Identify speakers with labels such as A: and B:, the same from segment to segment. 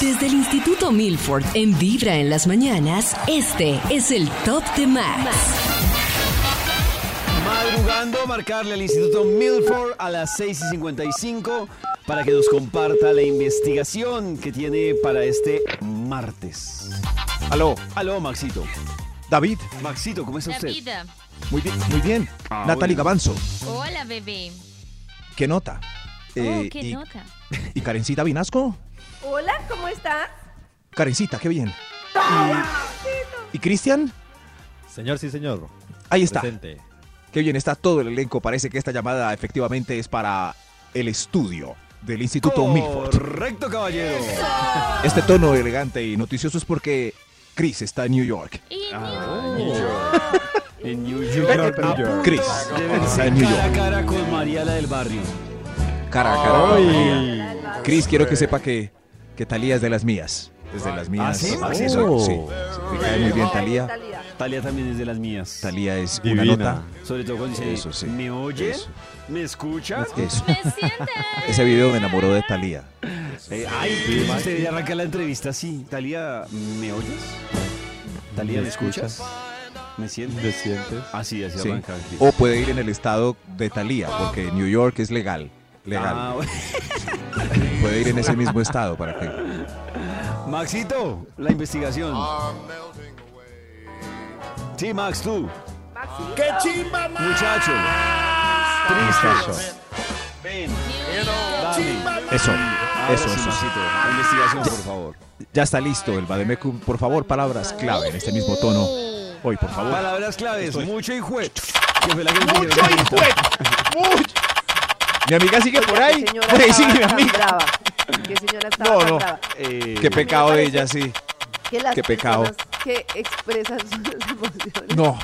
A: Desde el Instituto Milford en Vibra en las mañanas, este es el Top de Max.
B: Madrugando, marcarle al Instituto Milford a las 6 y 55 para que nos comparta la investigación que tiene para este martes.
C: Aló,
B: Aló, Maxito.
C: David.
B: Maxito, ¿cómo está
D: La
B: usted?
D: vida.
C: Muy bien, muy bien.
B: Ah,
C: Natalie
B: bueno.
C: Gavanzo,
D: Hola, bebé.
C: ¿qué nota? Eh,
D: oh, qué
C: y,
D: nota.
C: ¿Y Karencita Vinasco?
E: Hola, ¿cómo estás?
C: Karencita, qué bien. ¿Y, ¿y Cristian?
F: Señor, sí, señor.
C: Ahí está.
F: Presente.
C: Qué bien está todo el elenco. Parece que esta llamada efectivamente es para el estudio del Instituto Milford.
B: Correcto, caballero.
C: Este tono elegante y noticioso es porque Chris está en New York.
D: Y
C: Ah.
B: En New
C: York,
B: A
C: New York.
B: punto
C: Chris,
B: de
C: está
B: verse
C: en New
B: cara a
C: York.
B: cara con Mariala del Barrio.
C: Cara a cara. Chris, quiero que sepa que, que Talía es de las mías. Es de las mías.
B: ¿Ah, sí? Oh.
C: sí, soy- sí. Me cae muy bien
E: Talía.
C: Talía.
B: Talia también es de las mías.
C: Talía es
F: Divina.
C: una nota.
B: Sobre todo cuando dice,
C: Eso sí.
B: ¿me oye?
C: Eso.
B: ¿Me escucha?
C: Eso.
D: me sientes.
C: Ese video me enamoró de Talía.
B: Eh, ay, pues, usted ya arranca la entrevista así. Talia, ¿me oyes? Talia, ¿me escuchas? ¿Me sientes?
F: ¿Te sientes?
B: Así, así
C: Sí.
B: arranca. Chris.
C: O puede ir en el estado de Talía, porque New York es legal.
B: Ah,
C: Legal.
B: bueno.
C: Puede ir en ese mismo estado para que.
B: Maxito, la investigación. Sí, Max, tú.
G: ¡Qué chimba, Max!
B: Muchacho. Triste. Ven, dame.
C: Eso,
B: Ahora
C: eso,
B: sí,
C: eso.
B: Maxito. La investigación, por favor.
C: Ya está listo el Bademecum. Por favor, palabras clave en este mismo tono. Hoy, por favor.
B: Palabras claves. Mucho hijuet. Que fue la que me
C: ¡Mucho
B: dijeron.
C: hijo de- mucho! Mi amiga sigue por ahí. Por ahí sigue mi amiga.
E: ¿Qué señora estaba
C: No,
E: tan
C: no.
E: brava?
B: Eh,
C: Qué pecado de
E: parece-
C: ella, sí.
E: Que las
C: Qué pecado.
E: personas Que expresan sus emociones.
C: No,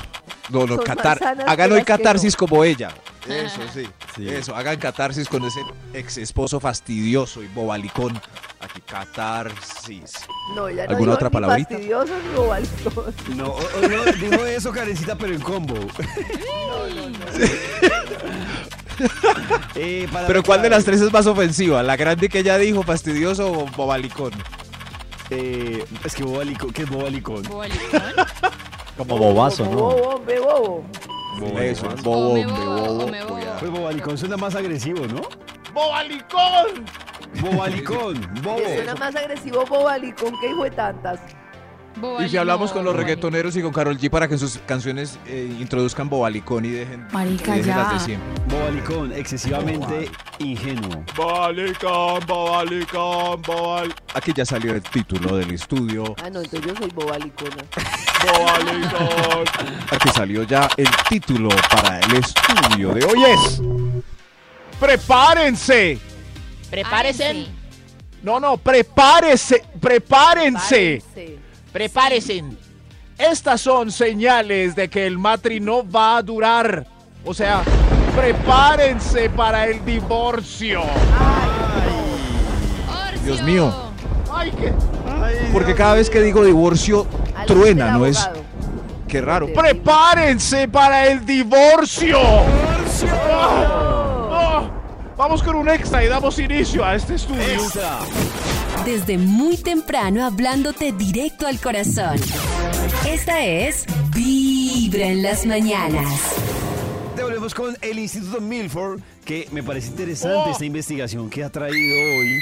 C: no, no,
E: Son
C: Qatar.
E: manzanas
C: Hagan
E: que
C: hoy
E: las que
C: catarsis
E: no.
C: como ella. Eso, sí.
F: Sí.
C: Eso, hagan catarsis con ese ex esposo fastidioso y bobalicón. Aquí, catarsis.
E: No, ella no
C: ¿Alguna
E: dijo
C: otra
E: ni
C: palabrita?
E: fastidioso ni bobalcón.
B: No, o- o no, dijo eso, Karencita, pero en combo. Eh, palabras
C: Pero ¿cuál de las
B: claves.
C: tres es más ofensiva? ¿La grande que ella dijo, fastidioso o bobalicón?
B: Eh, es que bobalicón, ¿qué es bobalicón?
D: Bolicón.
F: Como bobazo, ¿no?
E: Bobo, hombre, bobo.
C: Eso,
B: Bobalicón.
C: bobo, hombre,
D: Come bobo,
C: bobo.
D: come bobo.
C: voy a-
B: Pues bobalicón suena más agresivo, ¿no? ¡Bobalicón! ¡Bobalicón!
E: Que suena
B: ¡Bobo!
E: más agresivo bobalicón que hijo de tantas.
C: Y si hablamos con los reggaetoneros y con Carol G para que en sus canciones eh, introduzcan bobalicón y dejen,
D: Marica,
C: dejen las
D: ya.
C: de siempre.
B: Bobalicón, excesivamente ingenuo.
C: Aquí ya salió el título del estudio.
E: Ah, no, entonces yo soy bobalicona.
C: Aquí salió ya el título para el estudio de hoy es. ¡Prepárense!
D: Prepárense.
C: No, no, prepárese, prepárense,
E: Párense.
C: prepárense. Estas son señales de que el matri no va a durar. O sea, prepárense para el divorcio. Dios mío. Porque cada vez que digo divorcio,
E: Al
C: truena,
E: del
C: ¿no es?
E: abogado.
C: Qué raro.
E: Terrible.
H: ¡Prepárense para el divorcio! Ah, Vamos con un extra y damos inicio a este estudio.
A: Desde muy temprano hablándote directo al corazón. Esta es Vibra en las mañanas.
B: Te volvemos con el Instituto Milford, que me parece interesante esta investigación que ha traído hoy.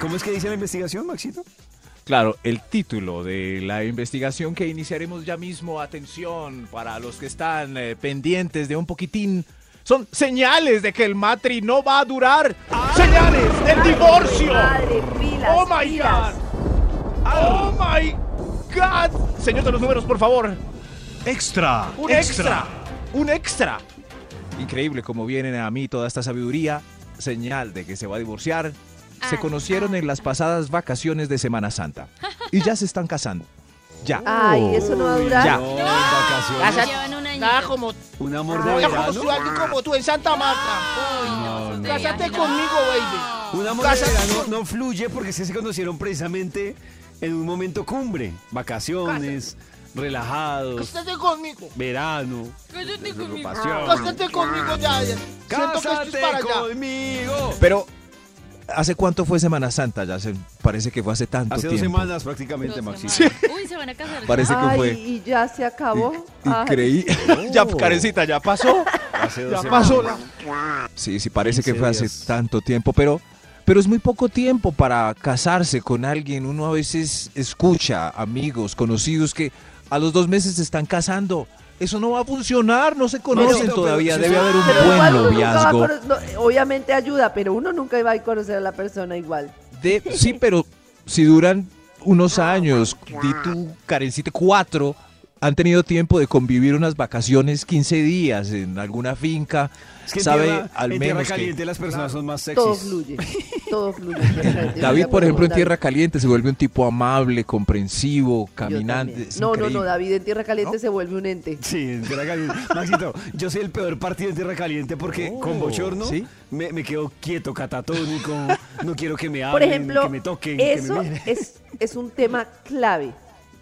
B: ¿Cómo es que dice la investigación, Maxito?
C: Claro, el título de la investigación que iniciaremos ya mismo, atención, para los que están eh, pendientes de un poquitín,
H: Son señales de que el matri no va a durar. ¡Señales del divorcio!
E: Madre, pilas,
H: ¡Oh, my
E: pilas.
H: God! ¡Oh, my God! Señor de los números, por favor.
I: Extra.
H: Un extra. Un extra.
C: Increíble como vienen a mí toda esta sabiduría, señal de que se va a divorciar. Se
D: Ah,
C: conocieron en las pasadas vacaciones de Semana Santa y ya se están casando.
J: Ya.
E: Ay,
H: Oh.
E: eso no va a durar.
J: Ya.
B: No, vacaciones.
H: Casa-
D: Llevan un año.
H: Nada como,
B: Un amor de
H: nada como
B: verano.
H: tú, alguien como tú en Santa Marta.
D: Uy, no, ¿te
H: Cásate
D: imaginas?
H: conmigo, baby.
B: Un amor de
H: Casa-
B: verano no fluye porque es que se conocieron precisamente en un momento cumbre. Vacaciones, relajados,
H: Cásate conmigo.
B: verano,
H: Pues
D: Cásate conmigo.
B: preocupación.
H: Cásate conmigo ya. ya. Siento que esto
B: ¡Cásate
H: es para allá.
B: conmigo!
C: Pero, ¿hace cuánto fue Semana Santa? Ya se, parece que fue hace tanto
B: Hace dos
C: tiempo.
B: semanas
D: Dos
B: prácticamente,
D: semanas.
B: Maxi.
D: Uy, se van a casar. ya.
C: Parece que
E: Ay,
C: fue.
E: y ya se acabó. Oh, Ay,
C: Increíble. ya, carecita, ya pasó.
B: Oh. Hace dos
C: Ya
B: semanas.
C: pasó la. Sí, sí, parece que
B: 15
C: fue hace
B: días.
C: tanto tiempo, pero, pero es muy poco tiempo para casarse con alguien. Uno a veces escucha amigos, conocidos que a los dos meses se están casando. Eso no va a funcionar, no se conocen
B: pero-
C: todavía.
B: pero-
C: Debe haber un
E: pero
C: buen
E: igual uno nunca va a
C: noviazgo.
E: cono- no, obviamente ayuda, pero uno nunca va a conocer a la persona igual.
C: De- sí, pero si duran unos años, di tú, Karencita, cuatro, han tenido tiempo de convivir unas vacaciones, 15 días en alguna finca.
B: Es que en
C: sabe
B: tierra-
C: al
B: en tierra
C: menos que
B: caliente las personas son más sexys.
E: Todo fluye. Todo fluye.
C: David, por ejemplo, en Tierra Caliente se vuelve un tipo amable, comprensivo, caminante. es
E: No, no,
C: increíble.
E: no, David en Tierra Caliente se vuelve un ente.
B: Sí, en Tierra Caliente. Maxito, yo soy el peor partido en Tierra Caliente porque
C: Oh,
B: con bochorno
C: ¿sí?
B: me, me quedo quieto, catatónico, no quiero que me hablen,
E: Por ejemplo,
B: que me toquen,
E: eso
B: que me miren.
E: es, es un tema clave.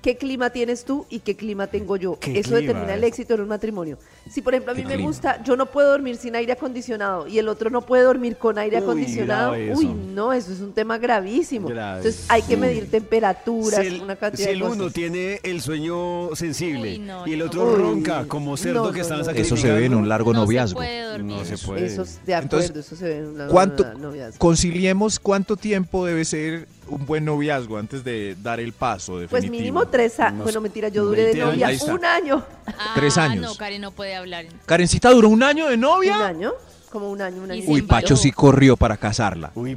E: ¿Qué clima tienes tú y qué clima tengo yo?
B: ¿Qué
E: Eso
B: clima
E: determina el
B: es?
E: éxito en un matrimonio. Si, por ejemplo, a mí
B: ¿Qué
E: me
B: clima?
E: gusta, yo no puedo dormir sin aire acondicionado y el otro no puede dormir con aire
B: Uy,
E: acondicionado,
B: grave
E: uy,
B: eso.
E: no, eso es un tema gravísimo.
B: Grave.
E: Entonces, hay que medir temperaturas,
B: si el,
E: una cantidad
B: si
E: de
B: el
E: cosas.
B: uno tiene el sueño sensible
D: Uy, no,
B: y el
D: yo no
B: otro
E: puedo.
B: ronca como cerdo
E: No,
B: que
E: no,
B: están
E: no.
C: Eso se ve en un largo
D: No
C: noviazgo.
D: se puede dormir.
B: No se puede.
E: Eso es de acuerdo,
C: Entonces,
E: eso se ve en una-
C: ¿Cuánto,
E: una noviazgo.
C: conciliemos cuánto tiempo debe ser un buen noviazgo antes de dar el paso definitivo.
E: Pues mínimo tres años. Bueno, mentira, yo duré de
B: 20 años.
E: novia
C: Ahí está.
E: un año.
D: Ah,
C: Tres años.
D: no, Karen no puede hablar.
C: Karencita duró un año de
E: ¿Un
C: novia.
E: año? Como un año, un año.
D: Y
C: Uy,
D: se
C: Pacho
D: embaló.
C: sí corrió para casarla.
B: Uy,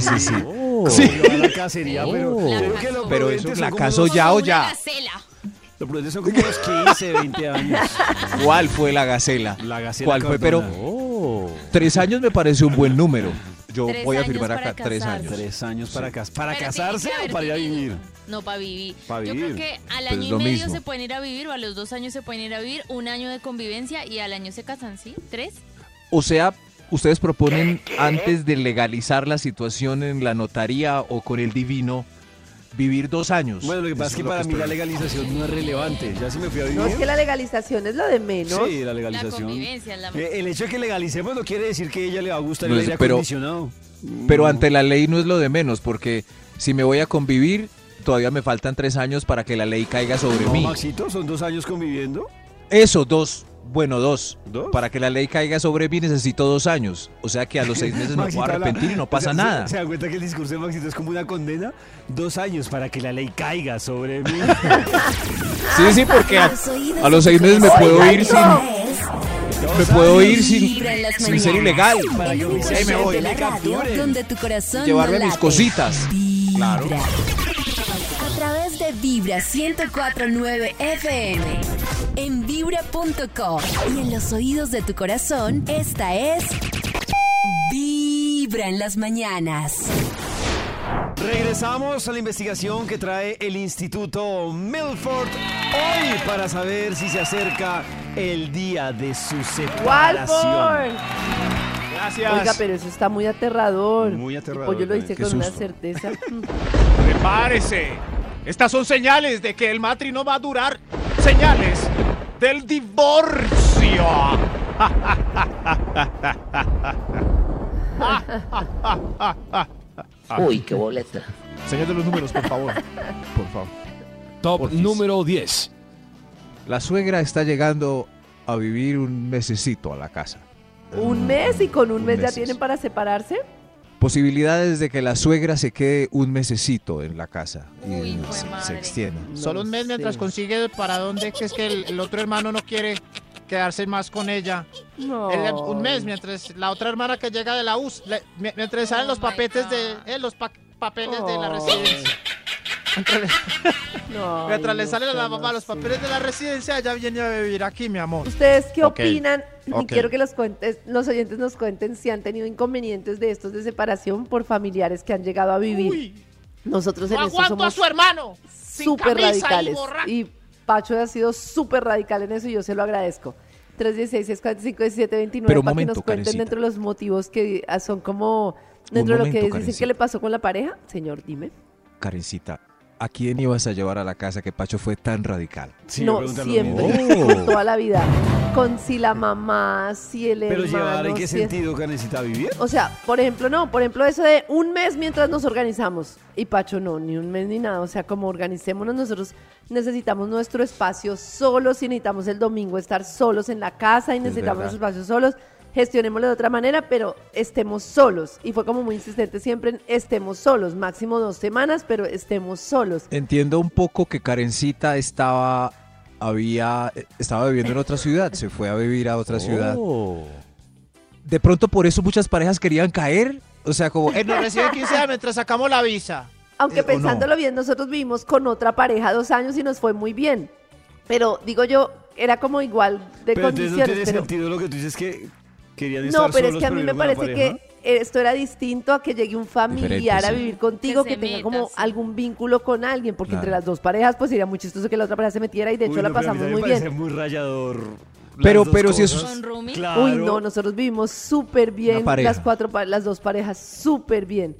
B: sí, sí, sí. Sí. La cacería,
D: Sí,
B: pero,
D: la
B: creo que
D: cazó.
B: lo
C: Oh. Pero
B: prudente
C: eso,
B: son
C: la
B: como
C: casó
B: los-
C: Oh, ya o
D: Una
C: ya.
D: gacela.
B: Lo prudente son como los 15, 20 años.
C: ¿Cuál fue la gacela?
B: La gacela
C: ¿Cuál fue? Pero
B: cordona.
C: tres años me parece un buen número. Yo
D: Tres
C: voy a
D: años
C: firmar
D: para
C: acá tres
D: casarse.
C: años.
B: Tres años para, cas-
D: Pero
B: para
D: tiene que
B: casarse
D: haber
B: o para ir a
D: tenido.
B: vivir.
D: No, para vivir.
B: Pa'
D: Yo creo
B: vivir.
D: que al
C: Pues
D: año y
C: lo
D: medio
C: mismo.
D: se pueden ir a vivir o a los dos años se pueden ir a vivir. Un año de convivencia y al año se casan, ¿sí? ¿Tres?
C: O sea, ustedes proponen antes de legalizar la situación en la notaría o con el divino vivir dos años.
B: Bueno, lo que pasa es
C: Eso
B: que
C: lo
B: para mí la
C: estoy-
B: legalización no es relevante. Ya si me fui a vivir.
E: No, es que la legalización es lo de menos.
B: Sí, la legalización.
D: La convivencia es la más-
B: Eh, el hecho de que legalicemos no quiere decir que a ella le va a gustar
C: No
B: el
C: es-
B: aire
C: pero-
B: acondicionado.
C: Pero ante la ley no es lo de menos, porque si me voy a convivir, todavía me faltan tres años para que la ley caiga sobre
B: No,
C: mí.
B: Maxito, son dos años conviviendo.
C: Eso, dos. Bueno, dos.
B: ¿Dos?
C: Para que la ley caiga sobre mí necesito dos años. O sea que a los seis meses me
B: Maxito
C: puedo
B: habla-
C: arrepentir y no pasa
B: o sea, se-
C: nada.
B: ¿Se, dan cuenta que el discurso de Maxito es como una condena? Dos años para que la ley caiga sobre mí.
C: Sí, sí, porque a, a los seis meses me puedo ir sin, me puedo ir sin,
A: Vibra en las
C: sin ser
A: mañanas.
C: ilegal.
A: El único
C: Ahí me
A: show
C: voy.
A: de la radio donde tu corazón
C: Llevarme
A: no
C: mis
A: late.
C: cositas.
A: Vibra.
C: Claro.
A: A través de Vibra 104.9 FM. En vibra.com. Y en los oídos de tu corazón, esta es... Vibra en las mañanas.
B: Regresamos a la investigación que trae el Instituto Milford hoy para saber si se acerca el día de su separación.
E: ¡Walford!
H: Gracias.
E: Oiga, pero eso está muy aterrador.
B: Muy
E: Y
B: aterrador,
E: Pollo lo
B: David,
E: dice
B: qué
E: con una
B: susto.
E: certeza. Mm.
H: Prepárese. Estas son señales de que el matri no va a durar. Señales del divorcio.
K: Uy, qué boleta.
C: Señor de los números, por favor. Por favor.
L: Top
C: Porfis.
L: número 10.
C: La suegra está llegando a vivir un mesecito a la casa.
E: un mes y con un,
C: Un
E: mes ya
C: mes,
E: tienen
C: sí.
E: para separarse.
C: Posibilidades de que la suegra se quede un mesecito en la casa y
D: Uy, hijo de
C: se, se
D: madre.
C: extienda.
H: Solo un mes mientras
E: sé.
H: consigue para dónde, que es que el, el otro hermano no quiere quedarse más con ella.
E: No.
H: Él, un mes mientras la otra hermana que llega de la US, le- mi- mientras salen los
D: my
H: papetes de
D: God.
H: eh, los pa- papeles de la
E: Ay.
H: residencia. Mientras,
E: No,
H: mientras
E: ay,
H: le
E: no,
H: salen a la
E: no,
H: mamá los
E: sí.
H: papeles de la residencia, ya viene a vivir aquí, mi amor.
E: ¿Ustedes qué
L: Ok,
E: opinan? Y
L: ok.
E: quiero que los, cuentes, los oyentes nos cuenten si han tenido inconvenientes de estos de separación por familiares que han llegado a vivir.
H: Uy,
E: Nosotros en
K: No
E: esto
K: aguanto a
E: somos
K: su hermano. Sin
E: súper
K: camisa y
E: radicales.
K: borracho.
E: Y Pacho ha sido súper radical en eso y yo se lo agradezco. 316-645-1729
C: Pero
E: para
C: un
E: que
C: momento,
E: nos cuenten
C: Karencita.
E: dentro de los motivos que ah, son como
C: Un
E: dentro de lo
C: momento,
E: que dicen
C: Karencita.
E: que le pasó con la pareja. Señor, dime.
C: Karencita, ¿a quién ibas a llevar a la casa que Pacho fue tan radical?
B: Sí, me
E: no,
B: preguntan lo
E: siempre,
B: mismo.
E: por toda la vida. Con si la mamá, si el
B: Pero
E: hermano,
B: llevar, ¿en qué
E: si es-
B: sentido que necesita vivir?
E: O sea, por ejemplo, no, por ejemplo, eso de un mes mientras nos organizamos. Y Pacho, no, ni un mes ni nada. O sea, como organicémonos nosotros, necesitamos nuestro espacio solos y necesitamos el domingo estar solos en la casa y necesitamos
C: verdad.
E: nuestro espacio solos. Gestionémoslo de otra manera, pero estemos solos. Y fue como muy insistente siempre en estemos solos, máximo dos semanas, pero estemos solos.
C: Entiendo un poco que Karencita estaba, había, estaba viviendo en otra ciudad, se fue a vivir a otra ciudad.
E: Oh.
C: De pronto por eso muchas parejas querían caer. O sea, como,
K: Él nos recibe 15 días mientras sacamos la visa.
E: Aunque
C: Eh, ¿o no?
E: pensándolo bien, nosotros vivimos con otra pareja dos años y nos fue muy bien. Pero digo yo, era como igual de
B: Pero entonces no
E: condiciones.
B: tiene
E: pero-
B: sentido lo que tú dices que querían estar
E: No, pero es
B: solos,
E: que a mí me
B: vivir con la
E: parece
B: pareja.
E: que esto era distinto a que llegue un familiar
C: Diferente,
E: a
C: sí.
E: vivir contigo,
D: Que
E: que,
D: se
E: tenga
D: meta,
E: como
D: sí.
E: algún vínculo con alguien, porque entre
C: Claro.
E: las dos parejas pues sería muy chistoso que la otra pareja se metiera y de hecho
B: Uy,
E: la
B: no, pero a mí también
E: pasamos muy
B: me
E: bien.
B: parece muy rayador. las
C: Pero-
B: dos
C: pero si eso
B: cosas.
D: ¿Con roomie?
B: Claro.
E: Uy, no, nosotros vivimos súper bien,
C: pareja.
E: las cuatro, pa- las dos parejas súper bien.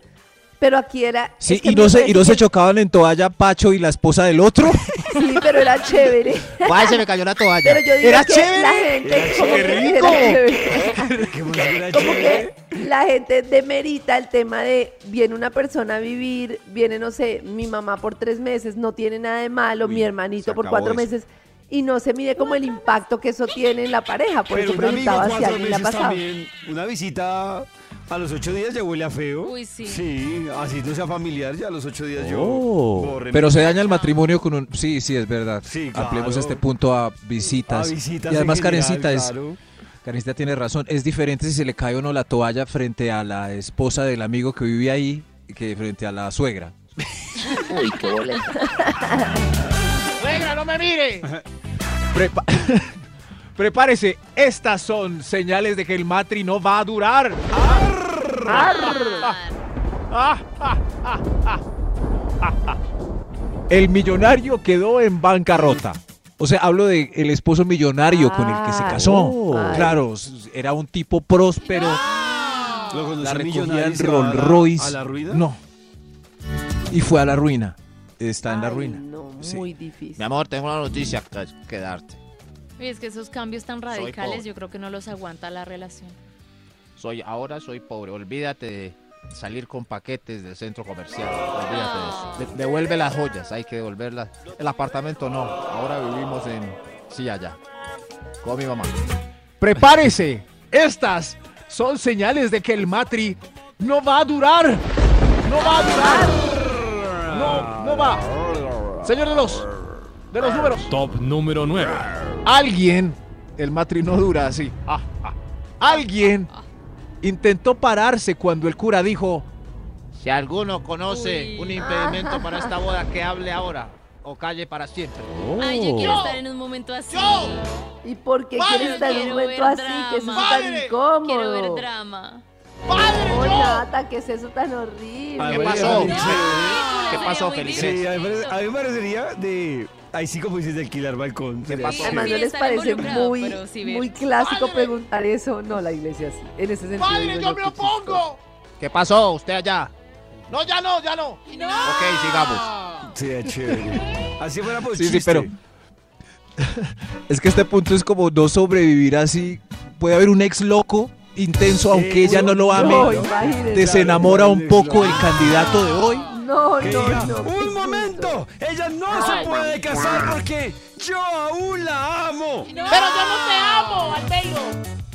E: Pero aquí era...
C: sí,
E: es que
C: y,
E: me
C: no se, y no
E: parece
C: se
E: que-
C: chocaban en toalla Pacho y la esposa del otro.
E: Sí, pero era chévere.
K: Vaya, se me cayó la toalla.
E: Pero yo digo
K: Era
E: que
K: chévere.
E: la gente como que era
K: rico.
E: chévere.
B: Qué manera
E: como
B: chévere.
E: que la gente demerita el tema de viene una persona a vivir, viene, no sé, mi mamá por tres meses, no tiene nada de malo,
C: Uy,
E: mi
C: se
E: hermanito por
C: acabó
E: cuatro
C: eso.
E: meses, y no se mide como el impacto que eso tiene en la pareja. Por
B: Pero
E: eso
B: un amigo
E: preguntaba si a
B: cuatro
E: alguien le ha
B: meses
E: pasado.
B: también, una visita a los ocho días ya huele a feo.
D: Uy, sí.
B: Sí, así no sea familiar, ya a los ocho días yo...
J: Oh.
B: borre
C: Pero
B: mi-
C: se daña el matrimonio con un... Sí, sí, es verdad.
B: Sí,
C: Ampliemos
B: claro.
C: este punto a
B: a
C: visitas.
B: visitas
C: y
B: en
C: además
B: general,
C: Karencita es...
B: claro.
C: Karencita tiene razón. Es diferente si se le cae o no la toalla frente a la esposa del amigo que vive ahí que frente a la suegra.
K: Suegra, no me mire.
H: Prepa- Prepárese, estas son señales de que el matri no va a durar.
C: El millonario quedó en bancarrota. O sea, hablo de el esposo millonario con el que se
E: Ah,
C: casó.
E: oh.
C: Claro, s- era un tipo próspero.
B: Lo conocí
C: La recogía
B: millonario y
C: en
B: se va a
C: Rolls
B: la-
C: Royce.
B: ¿A la ruida?
C: No. Y fue a la ruina. Está en la
E: Ay,
C: ruina.
E: No,
C: Sí.
E: muy difícil.
K: Mi amor, tengo una noticia que, que darte.
D: Y es que esos cambios tan
K: Soy
D: radicales
K: pobre.
D: yo creo que no los aguanta la relación.
K: Soy, ahora soy pobre. Olvídate de salir con paquetes del centro comercial. Olvídate de eso. De- devuelve las joyas, hay que devolverlas. El apartamento no. Ahora vivimos en. Sí, allá. Con mi mamá.
H: Prepárese, estas son señales de que el matri no va a durar. No va a durar. No, no va. Señor de los, de los números.
L: Top número 9.
H: Alguien, el matri no dura así. Ah, ah. Alguien intentó pararse cuando el cura dijo,
K: Si alguno conoce
D: Uy.
K: un impedimento para esta boda, que hable ahora o calle para siempre.
C: Oh.
D: Ay, yo quiero estar en un momento así.
K: Yo.
E: ¿Y por qué
K: Madre,
E: quieres estar en un
D: quiero
E: momento
D: ver
E: así? que eso es
D: drama.
E: tan
K: Madre,
D: Quiero ver
E: incómodo?
D: drama.
K: ¡Padre,
E: No,
K: yo!
E: Nata, ¿qué es eso tan horrible?
B: Ah,
K: ¿Qué
B: bueno,
K: pasó?
B: sí.
K: ¿Qué pasó, Feliz?
B: Sí, a mí, me parece- a mí me parecería de... Ahí sí como dices de alquilar balcón.
K: ¿Qué
B: Sería
K: pasó?
B: chévere.
E: Además, ¿no
D: Sí,
E: les
D: estar
E: parece
D: involucrado,
E: muy,
D: pero sí ver.
E: muy clásico preguntar eso? No, la iglesia sí. En ese sentido.
K: ¡Padre,
E: digo
K: yo
E: qué
K: me
E: chistoso.
K: opongo! ¿Qué pasó? ¿Usted allá? No, ya no, ya no. Ok, sigamos.
B: Sería chévere. Así fuera por
C: Sí, sí,
B: chiste.
C: pero- Es que este punto es como no sobrevivir así. Puede haber un ex loco intenso, aunque ella no lo ame.
E: No, imagínense.
C: Desenamora un
B: Ex
C: poco
B: loco.
C: el candidato de hoy.
E: No,
B: Que
E: no,
B: diga,
E: no. qué
B: ¡Un
E: susto".
B: momento! ¡Ella no se puede casar porque yo aún la amo!
K: Pero yo no te amo, Albeiro.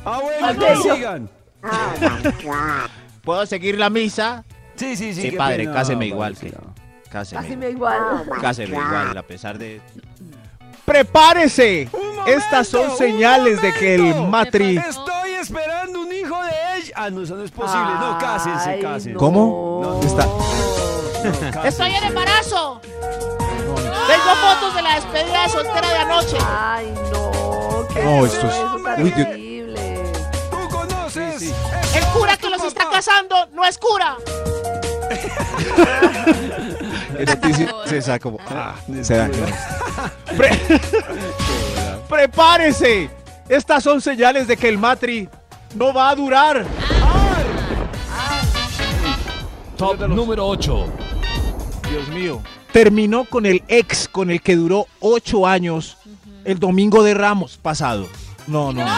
B: Ah, bueno,
E: Ok.
B: que sigan.
K: ¿Puedo seguir la misa?
B: Sí, sí, sí.
K: Sí,
B: qué
K: padre,
B: pena.
K: cáseme
B: Vale,
K: igual
B: sí,
K: que-
B: no.
E: Casi
K: Cáseme.
E: me igual.
K: Cáseme igual, a pesar de.
H: prepárese.
B: ¡Un
H: Estas son
B: momento!
H: señales de que el
B: ¡Un
H: matri...
D: momento!
B: Estoy esperando un hijo de ella. Ah, no, eso no es posible. No, cásense,
E: Ay,
B: cásense.
E: no.
C: ¿Cómo?
E: No.
C: Está-
K: ¡Estoy en embarazo! Tengo fotos de la despedida de soltera de anoche.
E: Ay, no. ¿qué
C: No,
E: es
C: esto es-
E: eso tan
C: Uy, Dios.
E: horrible?
B: Tú conoces.
C: Sí, sí.
B: Es
K: El cura
B: tu
K: que los está
B: papá.
K: casando no es cura.
C: noticia se está como. ah, se dañó.
H: ¡Prepárese! Estas son señales de que el matri no va a durar.
L: Top número 8.
H: Dios mío.
C: Terminó con el ex con el que duró ocho años el domingo de Ramos pasado. No, no, no.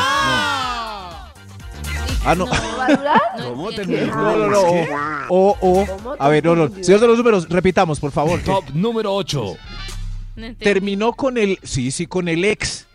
C: Ah, no.
E: ¿Va a durar?
D: ¿Cómo
C: No, no, no. O, o,
E: ¿Cómo
C: a ver, no, no.
E: te
C: Señor de los números, repitamos, por favor.
L: Top número 8.
C: Terminó con el, sí, sí, con el ex.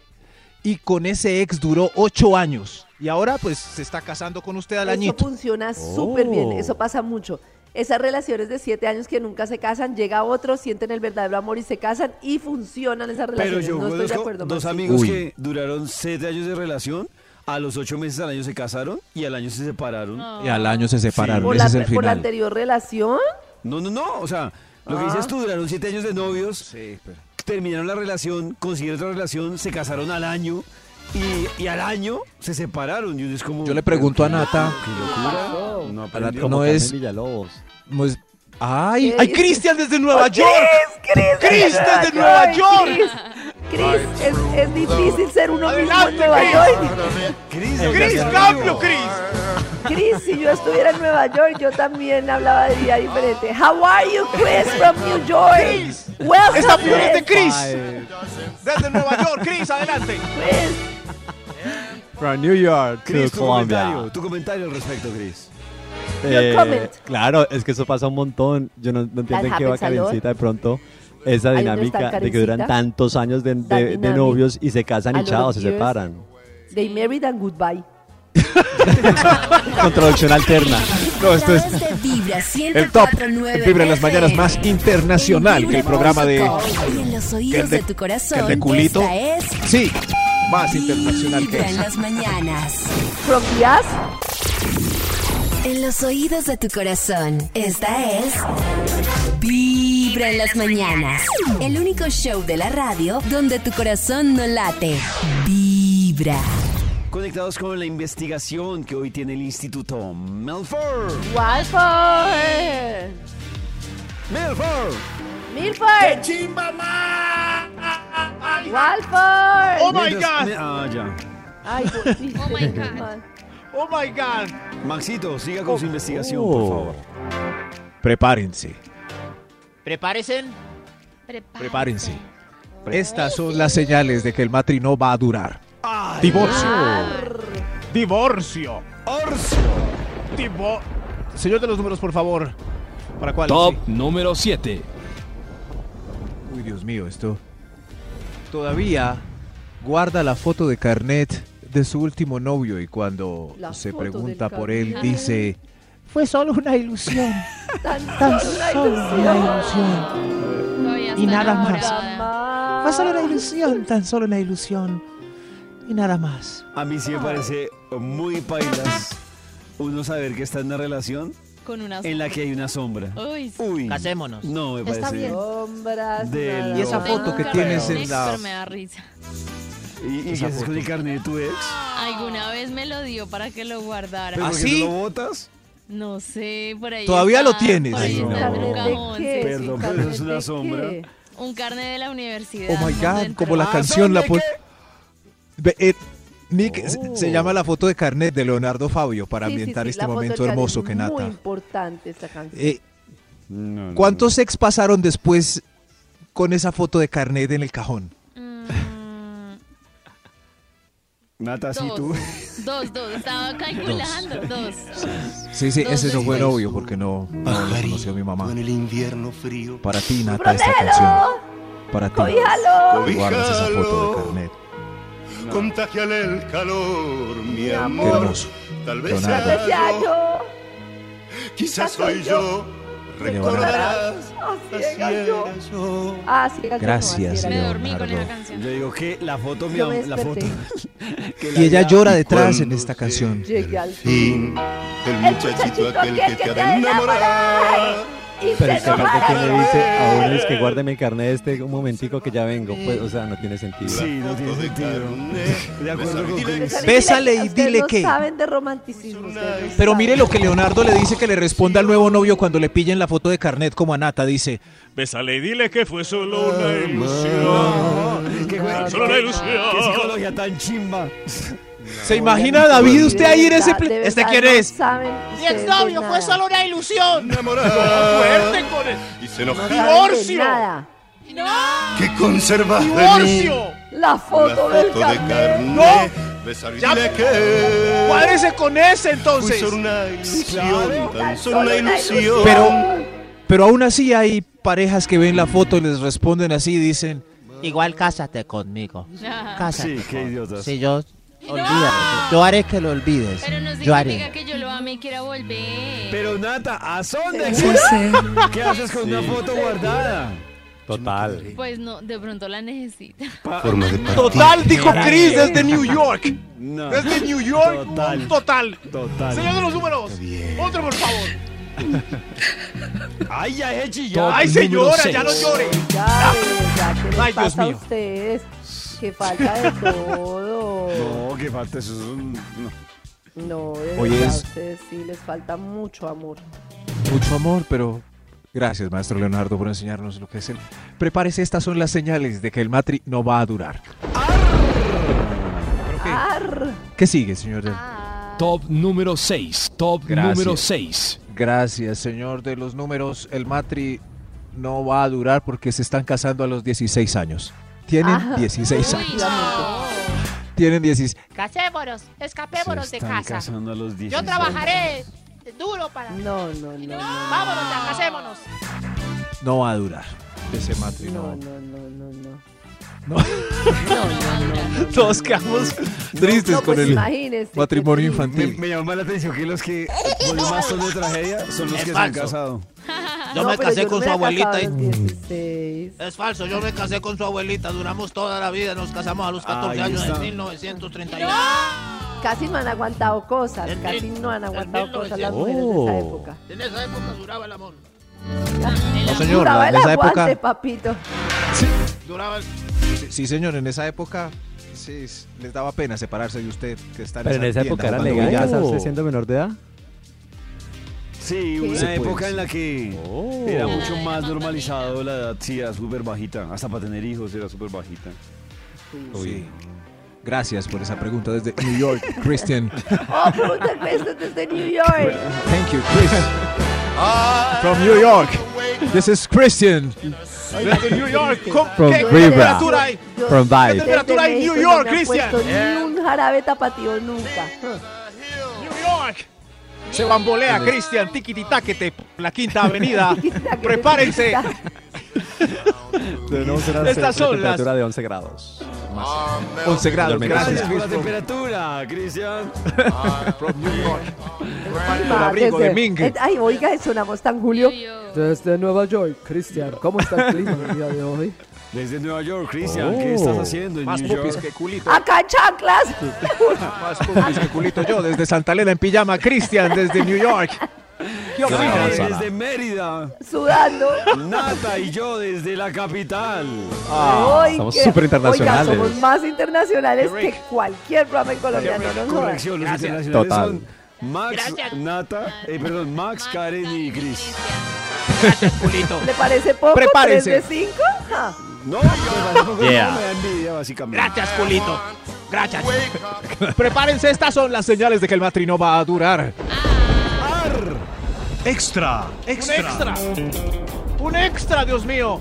C: Y con ese ex duró ocho años. Y ahora, pues, se está casando con usted al
E: Eso
C: añito.
E: funciona súper bien,
C: Oh.
E: eso pasa mucho. Esas relaciones de siete años que nunca se casan, llega otro, sienten el verdadero amor y se casan y funcionan esas
B: Pero
E: relaciones.
B: yo
E: no estoy de
B: conozco
E: acuerdo.
B: dos
E: Maxi.
B: amigos
C: Uy.
B: que duraron siete años de relación, a los ocho meses al año se casaron y al año se separaron. No,
C: Y al año se separaron.
E: ¿Por
C: Ese
E: la,
C: es el
E: por la
C: final.
E: anterior relación?
B: no, no, o sea, lo que
E: Ah.
B: dices tú, duraron siete años de novios,
C: Sí, pero-
B: terminaron la relación, consiguieron otra relación, se casaron al año y, y al año se separaron. Y uno es como,
C: Yo le pregunto a
B: ¿pero
C: Nata.
B: qué- qué locura? No
C: A Nata
B: aprendió.
C: no es.
J: Villalobos.
C: no es- ¡Ay!
E: ¿Qué
C: pues, ¡Ay,
E: dice?
C: Cristian desde Nueva York! ¡Cristian de Nueva
E: Ay,
C: York!
E: Chris, Chris, es, es difícil ser uno mismo en Nueva York.
B: Cris,
H: ¡Cris, cambio, Cris!
E: Chris, si yo estuviera en Nueva York, yo también hablaba de día diferente. How are you, Chris, from New York?
H: Chris.
E: Welcome,
H: ¡Esta opinión es de
E: Chris.
H: Chris! Desde Nueva York, Chris, adelante.
E: Chris.
J: From New York to
B: Cris, tu comentario,
J: Colombia.
B: tu comentario al respecto, Cris.
E: Your comment.
J: Eh, claro, es que eso pasa un montón. Yo no, no entiendo en qué va
E: happens a lot.
J: Karencita de pronto. Esa
E: Ahí donde está
J: dinámica de que
E: Karencita.
J: duran tantos años de,
E: That
J: de- de
E: dynamic.
J: novios y se casan
E: A
J: y
E: lot
J: chao,
E: of
J: se
E: years.
J: separan.
E: They married and goodbye.
J: Con traducción alterna.
C: No,
A: A
C: esto es
A: través de Vibra
C: el top.
A: 104.9
C: El Vibra en las mañanas
A: FM.
C: más internacional
A: En
C: que el
A: Vibra
C: programa de.
A: Música. Y en los
C: que
A: oídos
C: el
A: de,
C: de-
A: tu
C: que
A: corazón.
C: el de culito.
A: Esta es
C: Sí, más internacional que
A: Vibra en
C: esa.
A: las mañanas.
E: From the ass
A: En los oídos de tu corazón. Esta es Vibra en las mañanas. El único show de la radio donde tu corazón no late. Vibra.
B: Conectados con la investigación que hoy tiene el Instituto Melford.
E: Walford.
B: Melford.
G: ¡Qué
E: Milford.
G: chimba más!
E: Walford.
H: ¡Oh, my
B: Mientras-
H: God!
B: Ah, ya.
E: Ay,
D: Oh, my God.
H: ¡Oh, my God!
B: Maxito, siga con su
H: Oh.
B: investigación, por favor.
C: Prepárense,
K: Prepárense.
C: prepárense. Estas son las señales de que el matri no va a durar. Divorcio.
H: Divorcio. Divo- Señor de los números, por favor. ¿Para cuál?
L: Top
H: Sí.
L: número 7.
C: Uy, Dios mío, esto. Todavía guarda la foto de carnet de su último novio y cuando
E: La
C: se
E: foto del
C: pregunta por él
E: carnet.
C: dice,
M: Fue solo una ilusión,
E: tan
M: tan
E: solo una
M: solo una
E: ilusión.
M: ilusión.
D: Todavía
M: Y
D: está
M: nada más.
D: enamorada.
M: Fue solo una ilusión, tan solo una ilusión. Y nada más.
B: A mí sí me parece muy pailas uno saber que está en una relación
D: Con unas.
B: en la que hay una sombra.
D: Uy, sí.
B: Uy,
K: Casémonos.
B: no me
D: Está
B: parece
D: bien.
E: Sombras.
B: Del-
E: nada
C: Y esa
E: más.
C: foto que
D: Nunca
C: tienes
D: lo
C: en
D: vi,
C: la-
D: pero me da risa.
B: ¿Y, y qué haces con el carnet de tu ex?
D: Alguna vez me lo dio para que lo guardara.
B: ¿Pero por qué
C: ¿Ah, ¿sí?
B: no lo botas?
D: No sé, por ahí.
C: Todavía
D: está,
C: lo tienes.
D: por ahí
B: Ay,
D: está
B: no.
D: en un
E: ¿Carnet de
D: cajón,
E: qué?
D: sí.
B: Perdón, pero eso es
E: Sí, ¿carnet
B: una
E: de
B: sombra.
E: qué?
D: Un carnet de la universidad.
C: oh my
D: mundo
C: God,
D: entero.
C: como la
B: Ah,
C: canción la
B: ¿dónde
C: pon-
B: qué? Oh.
C: Ve, eh, Nick, se- se llama la foto de carnet de Leonardo Fabio para
E: Sí, sí,
C: ambientar
E: sí,
C: este
E: la foto
C: momento
E: del carnet
C: hermoso
E: es
C: que
E: Muy
C: Nata.
E: importante esta canción.
C: Eh, ¿Cuántos ex pasaron después con esa foto de carnet en el cajón?
D: Mm,
B: Nata, sí, tú.
D: dos, dos, dos. Estaba calculando. Dos.
C: Sí, sí,
D: Dos
C: ese no fue
D: después.
C: novio porque no, no lo conoció mi mamá.
G: el invierno frío.
C: Para ti, Nata, esta canción.
E: ¡Protégelo!
C: Para ti.
E: ¡Cobíjalo!
C: que guardas esa foto de
G: Cobíjalo.
C: carnet.
G: Contagiale el calor, mi
C: Qué hermoso.
G: Tal
C: Leonardo.
G: sea
E: ¡Ese año!
G: quizás
E: soy yo.
G: Recordarás,
E: Así
G: así
E: era yo.
G: era yo.
E: Ah, sí, era yo, no,
C: Gracias,
E: así era
D: Me
E: yo.
D: dormí con esa
C: Leonardo.
D: canción.
B: Yo digo que la foto, mi
E: Yo me
B: am- la foto.
E: desperté.
B: que la
C: Y ella
B: vida-
C: llora detrás en
G: cuando
C: esta
G: se
C: canción.
E: Llegué al
G: Fin, el muchachito aquel que te ha de enamorar.
E: Y
J: Pero
E: se
C: este
J: es que aparte que
E: enojaron.
J: me dice a uno es que guárdeme el carnet este un momentico que ya vengo. Pues, o sea, no tiene sentido.
B: Sí, no tiene sentido. De acuerdo con Chris.
E: Ustedes
C: Bésale y
E: no- ustedes
C: dile
E: no
C: que-
E: saben de romanticismo. ustedes no
C: Pero
E: saben.
C: mire lo que Leonardo le dice que le responda al nuevo novio cuando le pillen la foto de carnet como a Nata. Dice,
H: Bésale y dile que fue solo una ilusión. solo una
B: Qué
H: ilusión.
B: psicología tan chimba.
C: ¿se imagina David usted ahí en ese...
E: De
C: pl-
E: verdad,
C: ¿Este
E: de
C: quién
E: verdad,
C: es?
E: no saben
H: Mi
E: ustedes de
H: exnovio
E: nada.
H: fue pues, solo una ilusión.
N: Enamorado.
H: Fuerte con el
N: Y se
E: No
N: enojó.
E: saben de
H: Divorcio.
E: nada.
N: ¿Qué conservas de mí?
H: divorcio.
E: La
N: La
E: foto,
N: foto
E: del
N: de
E: carnet.
N: carne. Besar y
H: Ya.
N: dile que.
H: Cuádrese con ese entonces.
N: Fue solo una ilusión, tan solo una ilusión.
C: Pero, pero aún así hay parejas que ven la foto y les responden así y dicen...
K: Igual cásate conmigo. Cásate.
B: Sí, qué idiotas.
K: Si yo. Olvídate. Yo haré que lo olvides.
D: Pero no
K: yo
D: significa
K: haré.
D: que yo lo ame y quiera volver.
B: Pero Nata, ¿a son de
K: Sí,
B: qué?
K: sí.
B: ¿Qué haces con una
J: Sí.
B: foto guardada?
J: Total.
D: Pues no, de pronto la necesita.
N: Forma de partir.
C: Total, dijo Chris desde New York.
B: No.
H: Desde New York.
B: Total.
H: Total.
B: Total.
H: Señor de los números. Otro, por favor.
B: Ay, ya he chillado.
H: Top Ay, señora, número ya no seis. llore.
E: Ya, de verdad, ¿qué les
B: Ay, Dios
E: pasa a
B: mío.
E: ustedes? Qué falta de todo.
B: No, qué falta eso. es un- no.
E: No, de
C: Oye,
E: verdad, a
C: es-
E: ustedes sí les falta mucho amor.
C: Mucho amor, pero gracias, maestro Leonardo, por enseñarnos lo que es el. Prepárese, estas son las señales de que el matri no va a durar. ¿Pero qué?
E: Ar.
C: ¿Qué sigue, señor? del-
H: Ah,
O: Top número 6. Top
C: Gracias.
O: número 6.
C: Gracias, señor de los números. El matri no va a durar porque se están casando a los 16 años. Tienen
E: Ah.
C: 16
E: Uy,
C: años.
E: no.
C: Tienen 16.
H: Casémonos. Escapémonos de
B: Están
H: casa.
B: casando a los 10.
H: Yo trabajaré duro para.
E: No, no, no, no.
H: Vámonos ya, casémonos.
C: No va a durar. Ese matri
E: No,
C: no.
E: no, no, no, no.
C: No.
E: no, no.
C: Todos quedamos tristes
E: No,
C: con
E: pues
C: el
E: imagínense qué
C: matrimonio
E: triste.
B: Me,
C: infantil.
B: me llama la atención que los que los más son de tragedia son los
H: Es
B: que se
H: falso.
B: han casado.
K: Yo
E: No,
K: me
E: pero
K: casé
E: yo no
K: con
E: me había
K: su abuelita
E: casado
K: y-
E: a los 16.
K: Es falso, yo me casé con su abuelita, duramos toda la vida, nos casamos a los
B: Ahí
K: 14 años
B: está.
K: en 1931.
E: Casi no han aguantado cosas, casi no han aguantado cosas las mujeres de esa época.
K: En esa época duraba el amor.
C: No, Oh. señor,
E: Duraba
C: en
E: el
C: esa
E: aguante,
C: época.
E: papito.
K: Duraba el...
C: Sí, sí, señor, en esa época sí, s- les daba pena separarse de usted que está en
J: Pero en esa
C: tienda
J: época era
C: jugando
J: legal
C: billar.
J: casarse siendo menor de edad.
B: Sí, una
J: Sí, pues.
B: época en la que
N: Oh.
B: era mucho más normalizado la edad. Sí, era súper bajita. Hasta para tener hijos era súper bajita.
C: Sí. Gracias por esa pregunta desde New York, Christian.
E: Oh, pregúntame esto desde New York.
C: Thank you, Chris. From New York. This is Christian.
H: Desde New York. ¿cómo-
J: From
H: ¿Qué
J: River.
H: temperatura hay?
E: Yo
J: From
E: desde
J: Vibe.
H: Temperatura en
E: México
H: New York,
E: no me he
H: Cristian.
E: puesto Ni un jarabe tapatío nunca.
H: New York. Se bambolea Cristian Tiquititaquete, la quinta avenida. Prepárense.
J: Debemos ser
H: Estas
J: una
H: son
J: temperatura de 11 grados.
C: 11 grados.
J: Yo me casé.
B: Gracias
C: Gracias,
B: por
C: Chris.
B: la temperatura, Cristian.
C: From New York.
E: El
C: abrigo de Ming.
E: eh, Ay, oiga, sonamos tan Julio.
P: Desde Nueva York, Cristian, ¿cómo está el clima el día de hoy?
B: Desde Nueva York, Cristian, ¿qué estás haciendo en
C: Más
B: New
C: pupis
B: York?
C: que culito.
E: Acá en chanclas.
C: Más pupis que culito yo desde Santa Elena en pijama. Christian desde New York. ¿Qué
B: Yo
C: opinas?
B: desde Mérida,
E: sudando.
B: Nata y yo desde la capital.
C: Ah,
E: Ay,
J: somos
E: que-
J: súper internacionales.
E: Oiga, somos más internacionales que cualquier programa en Colombia. No nos jodan.
B: Corrección, los
H: Gracias.
B: internacionales
J: Total.
B: son Max, Nata, eh, perdón, Max, Karen y Chris.
H: Culito.
E: ¿Le parece poco?
C: Prepárense.
E: ¿Tres de cinco? Ja.
B: No, me parece poco,
J: Yeah.
B: no, me da envidia, básicamente.
H: Gracias, culito. Gracias.
C: Prepárense, estas son las señales de que el matri no va a durar.
H: Extra, extra. Un extra. Un extra, Dios mío.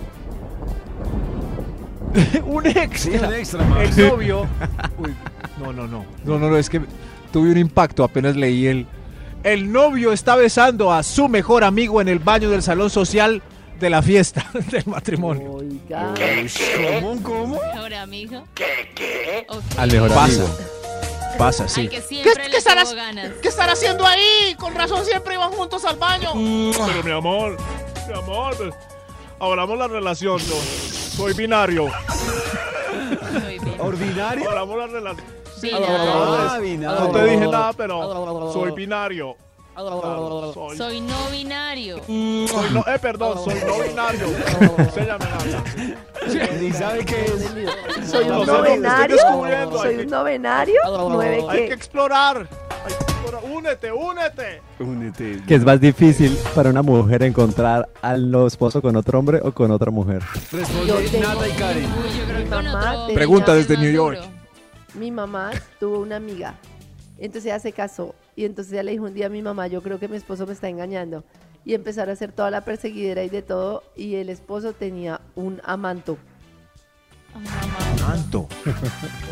C: Un ex.
B: Sí, un extra, Max.
H: El novio.
C: No, no, no. No, no, no, es que tuve un impacto apenas leí el. El novio está besando a su mejor amigo en el baño del salón social de la fiesta del matrimonio.
E: Oiga.
B: ¿Cómo, cómo?
D: Mejor amigo. ¿Qué? ¿Qué?
J: Al mejor
C: Pasa.
J: amigo.
C: Pasa,
D: Al
C: sí.
D: que siempre
H: ¿Qué,
D: le
H: qué
D: tuvo
H: estarás,
D: ganas.
H: ¿Qué estará haciendo ahí? Con razón siempre iban juntos al baño.
Q: Pero mi amor, mi amor, abramos la relación, yo soy binario.
D: Muy bien.
B: ¿Ordinario?
Q: Abramos la relación.
D: Sí,
Q: Ah,
D: ya.
B: Ah, binario.
Q: No te dije nada, pero soy binario.
R: Soy,
D: Soy no binario.
R: soy no, eh, perdón, soy no binario. Se llama Nadia.
B: Ni sabe qué es.
E: Soy un
R: No, no, no, estoy
E: novenario.
R: descubriendo, hay
E: Soy
R: que-
E: un novenario. Nueve
R: Hay que
E: que.
R: explorar. Hay que explorar. Únete, únete.
B: Únete.
J: Que es más difícil para una mujer encontrar al nuevo esposo con otro hombre o con otra mujer.
B: Responde Nata y Karen.
E: Mi mamá tenía-
C: Pregunta desde New York.
E: Mi mamá tuvo una amiga. Entonces ella se casó. Y entonces ella le dijo un día a mi mamá, yo creo que mi esposo me está engañando. Y empezaron a hacer toda la perseguidera y de todo. Y el esposo tenía un amanto.
C: Tanto.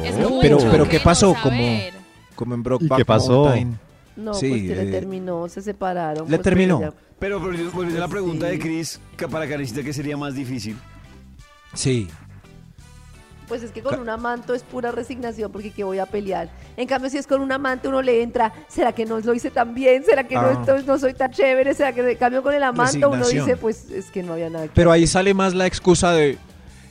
D: Es
C: Oh,
D: mucho,
C: pero, pero ¿qué
D: queremos
C: pasó? Como,
D: saber.
C: como en Brockback
J: qué pasó?
C: Mountain.
E: No,
C: Sí,
E: pues que le
C: eh,
E: terminó, se separaron.
C: le
E: pues,
C: terminó.
E: pero ella-
B: Pero volviendo volviendo a la pregunta de Chris, que para Karencita, ¿qué sería más difícil?
C: Sí.
E: Pues es que con un amanto es pura resignación porque que voy a pelear. En cambio, si es con un amante, uno le entra, ¿será que no lo hice tan bien? ¿Será que no,
C: Ah.
E: estoy- no soy tan chévere? ¿Será que en cambio con el amante uno
C: Resignación.
E: dice, pues es que no había nada que
C: Pero ahí sale más la excusa de,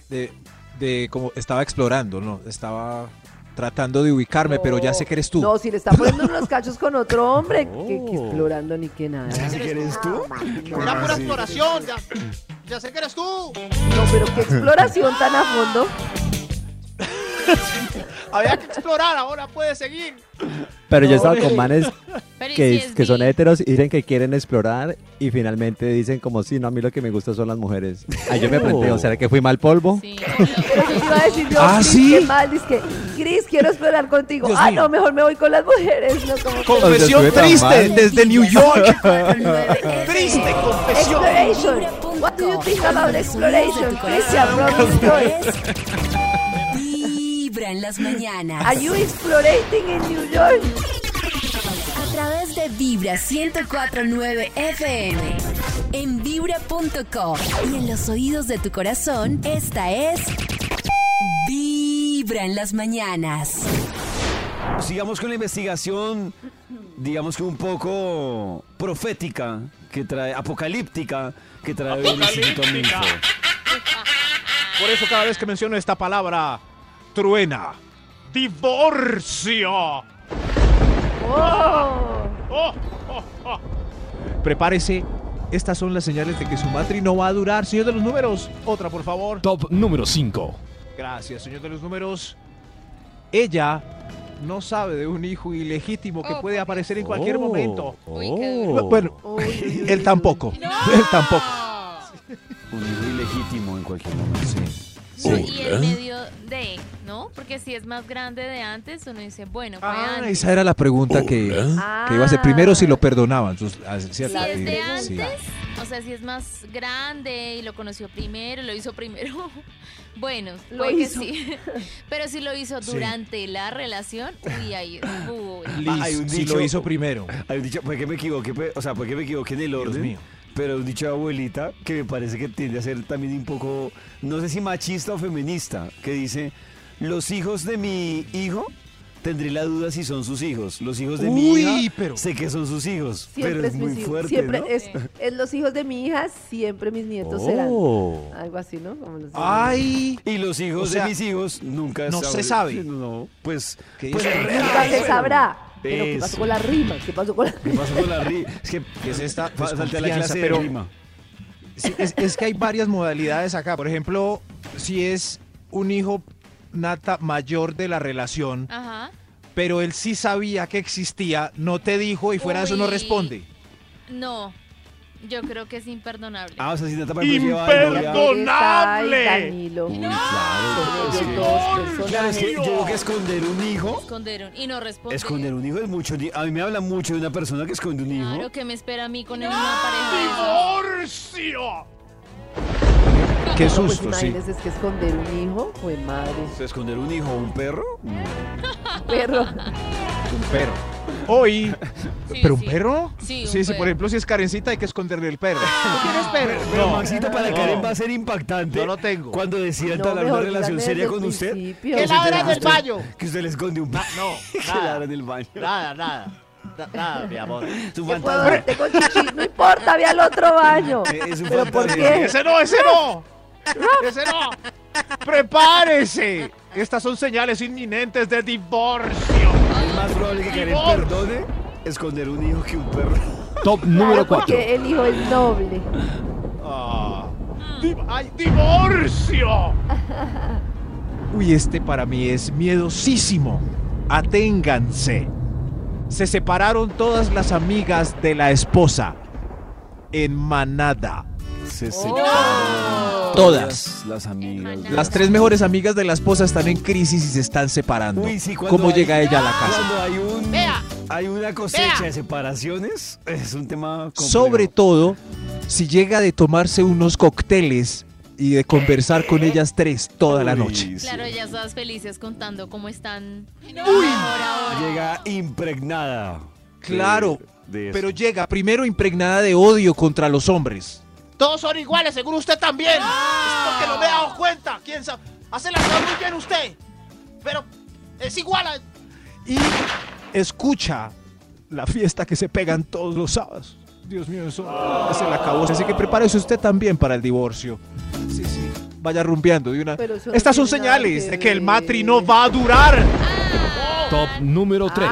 C: de, de como estaba explorando, ¿no? Estaba tratando de ubicarme, pero ya sé que eres tú.
E: No, si le está poniendo unos cachos con otro hombre, que, que explorando ni que nada.
B: ¿Si eres tú? Ah,
S: Una pura exploración, ya, ya sé que eres tú.
E: No, pero qué exploración tan a fondo.
S: Había que explorar, ahora puedes seguir.
J: Pero yo he estado con manes
S: Pero ¿y
J: que,
S: si es
J: que son
S: gay?
J: heteros y dicen que quieren explorar y finalmente dicen como sí, no, a mí lo que me gusta son las mujeres. Ahí yo me
P: Oh.
J: planteo, ¿será que fui mal polvo?
E: Pero si te iba a decir yo,
J: Ah,
E: Cris,
J: ¿sí?
E: qué mal, dice que, Cris, quiero explorar contigo.
C: Dios
E: ah,
C: mío.
E: no, mejor me voy con las mujeres. No, como que-
C: Confesión triste Ah, desde New York.
E: Triste confesión. Exploration. What do you think about exploration? Christian from New York.
A: Vibra en las mañanas.
E: Are you explorating in New York?
A: A través de Vibra 1049 FM. En vibra.com. Y en los oídos de tu corazón, esta es. Vibra en las mañanas.
B: Sigamos con la investigación, digamos que un poco profética, que trae, apocalíptica, que trae el Instituto
R: Apocalíptica.
B: Milford.
R: Por eso cada vez que menciono esta palabra, truena. Divorcio. Oh, oh, oh.
C: Prepárese. Estas son las señales de que su matri no va a durar. Señor de los números, otra por favor.
L: Top número 5.
C: Gracias, señor de los números. Ella no sabe de un hijo ilegítimo
D: Oh,
C: que puede aparecer en cualquier momento. Bu- Bueno, él tampoco. Él tampoco.
D: Ah,
B: Un hijo ilegítimo en cualquier momento.
C: Oh,
D: No, y
C: ¿Eh?
D: en medio de, ¿no? Porque si es más grande de antes, uno dice, bueno, fue
C: Ah,
D: antes.
C: esa era la pregunta que,
D: Hola.
C: que iba a hacer.
E: Ah,
C: Primero si lo perdonaban. sus- ah, ¿cierto?
D: Si es
C: Sí,
D: de
C: sí.
D: antes, o sea, si es más grande y lo conoció primero, lo hizo primero, bueno,
E: Lo
D: puede que
E: hizo.
D: sí. Pero si lo hizo
C: Sí.
D: durante la relación, uy, ahí estuvo.
C: Liz,
B: Hay un
C: si
B: dicho-
C: lo hizo primero.
B: Hay un dicho, ¿por qué me equivoqué? Pe- O sea, ¿por qué me equivoqué en el orden?
C: mío.
B: Pero un dicho de abuelita que me parece que tiende a ser también un poco, no sé si machista o feminista, que dice, los hijos de mi hijo, tendré la duda si son sus hijos. Los hijos de mi
C: Uy,
B: hija,
C: pero-
B: sé que son sus hijos, pero
E: Siempre
B: es
E: es
B: muy
E: mis hijos.
B: fuerte,
E: Siempre
B: ¿no?
E: es, es los hijos de mi hija, siempre mis nietos
B: Oh.
E: serán. Algo así, ¿no? Como los-
C: Ay,
B: Y los hijos
C: O sea,
B: de mis hijos nunca
C: no se
B: sabré-
C: sabe.
B: No, pues,
C: ¿Qué
B: pues
C: dice?
E: Nunca se
B: eso.
E: sabrá. Pero ¿qué pasó
B: Eso.
E: con la rima? ¿Qué pasó con la
B: ¿Qué pasó con la rima? Es que
C: ¿Qué es esta
B: fa- salté a la
C: desconfianza?
B: clase
C: Pues Pero-
B: de rima.
C: Sí, es, es que hay varias modalidades acá. Por ejemplo, si es un hijo nata mayor de la relación,
D: Ajá.
C: pero él sí sabía que existía, no te dijo y fuera de eso no
D: Uy.
C: responde.
D: No, yo creo que es imperdonable.
B: Ah, o sea, si Nata para
R: ¡Imperdonable!
E: Teresa y Danilo.
B: Uy, claro. es
E: Son ellos
B: que-
E: dos personajes.
B: Claro, es que yo creo que esconder un hijo,
D: Escondieron y no responde.
B: esconder un hijo es mucho. di- A mí me habla mucho de una persona que esconde un hijo.
D: Claro que me espera a mí con una pareja de esas.
R: ¡Divorcio!
C: Qué
E: No, pues
C: susto, sí.
E: imagínense, es que esconder un hijo, fue madre.
B: O sea, Esconder un hijo o un perro.
E: Perro.
C: Un perro.
R: Hoy,
D: Sí,
C: ¿Pero un
D: sí.
C: perro?
D: Sí,
C: Sí, sí,
D: un perro.
C: por ejemplo, si es carencita hay que esconderle el perro. ¿Tú tienes perro?
B: Pero Maxito, para
R: No.
B: Karen va a ser impactante.
C: No lo tengo.
B: Cuando decida
E: No,
B: entablar una
E: mejor
B: relación
E: díganle
B: seria
E: desde
B: con
E: el
B: usted, que
E: principio. Que
B: usted
S: ladra
B: le-
S: en el baño.
B: Que usted le esconde un perro.
S: No,
K: ah.
B: Que ladra
S: nada,
B: en el baño. Eh,
S: nada, nada, na- nada, mi amor.
B: Su
E: ¿Qué puedo?
B: fantasma.
E: Tengo chichi, no importa, ve al otro baño.
B: Es un
E: ¿Pero por
B: fantasma.
E: qué?
R: ¡Ese no, ese no! ¡Ese no! ¡Prepárese! Estas son señales inminentes de divorcio.
B: Es más probable que Karen
R: Divorcio.
B: perdone esconder un hijo que un perro.
L: Top número 4.
E: Porque el hijo es noble.
C: Ah.
R: ¡Ay, divorcio!
C: Uy, este para mí es miedosísimo. Aténganse. Se separaron todas las amigas de la esposa. En manada.
B: Se
C: Todas.
B: Las amigas.
C: Las tres mejores amigas de la esposa están en crisis y se están separando.
B: Uy, sí, cuando
C: ¿Cómo
B: hay-
C: llega ella a la casa?
B: Cuando hay, un, hay una cosecha de separaciones, es un tema complejo.
C: Sobre todo si llega de tomarse unos cócteles y de conversar con ellas tres toda la
B: Uy,
C: noche.
D: Claro, ya todas felices contando cómo están.
B: Llega impregnada.
C: Claro,
B: de- de eso.
C: pero llega primero impregnada de odio contra los hombres.
R: Todos son iguales, según usted también. Es porque no me he dado cuenta. ¿Quién sabe? Hace la cosa muy bien usted. Pero es igual a...
C: Y escucha la fiesta que se pegan todos los sábados. Dios mío, eso es el acabose. Así que prepárese usted también para el divorcio. Sí, sí. Vaya rumbeando de una.
E: Pero eso no
R: Estas son
E: tiene nada
R: señales
E: que
R: de que el
E: ver.
R: matri no va a durar.
L: Top número 3.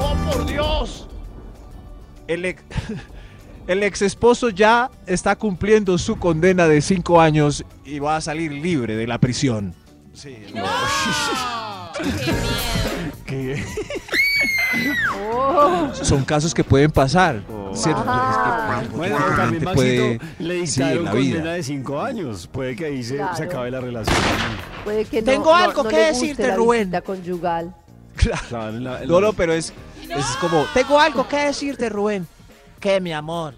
R: ¡Oh, por Dios!
C: El ex, el ex esposo ya está cumpliendo su condena de cinco años y va a salir libre de la prisión.
B: ¿Qué?
C: Son casos que pueden pasar. ¿cierto?
B: Bueno, pero también
C: Te
B: Maxito
C: puede-
B: le
C: sí, en
B: dictaron
C: la vida.
B: condena de cinco años. Puede que ahí se,
E: Claro.
B: se acabe la relación.
E: Puede que no-
M: Tengo
E: no-
M: algo
E: no
M: que
E: le guste
M: decirte,
E: la
M: Rubén.
E: visita conyugal.
B: Claro, en la- en
C: No,
B: la-
C: no, pero es, es como.
M: Tengo algo que decirte, Rubén. Que mi amor.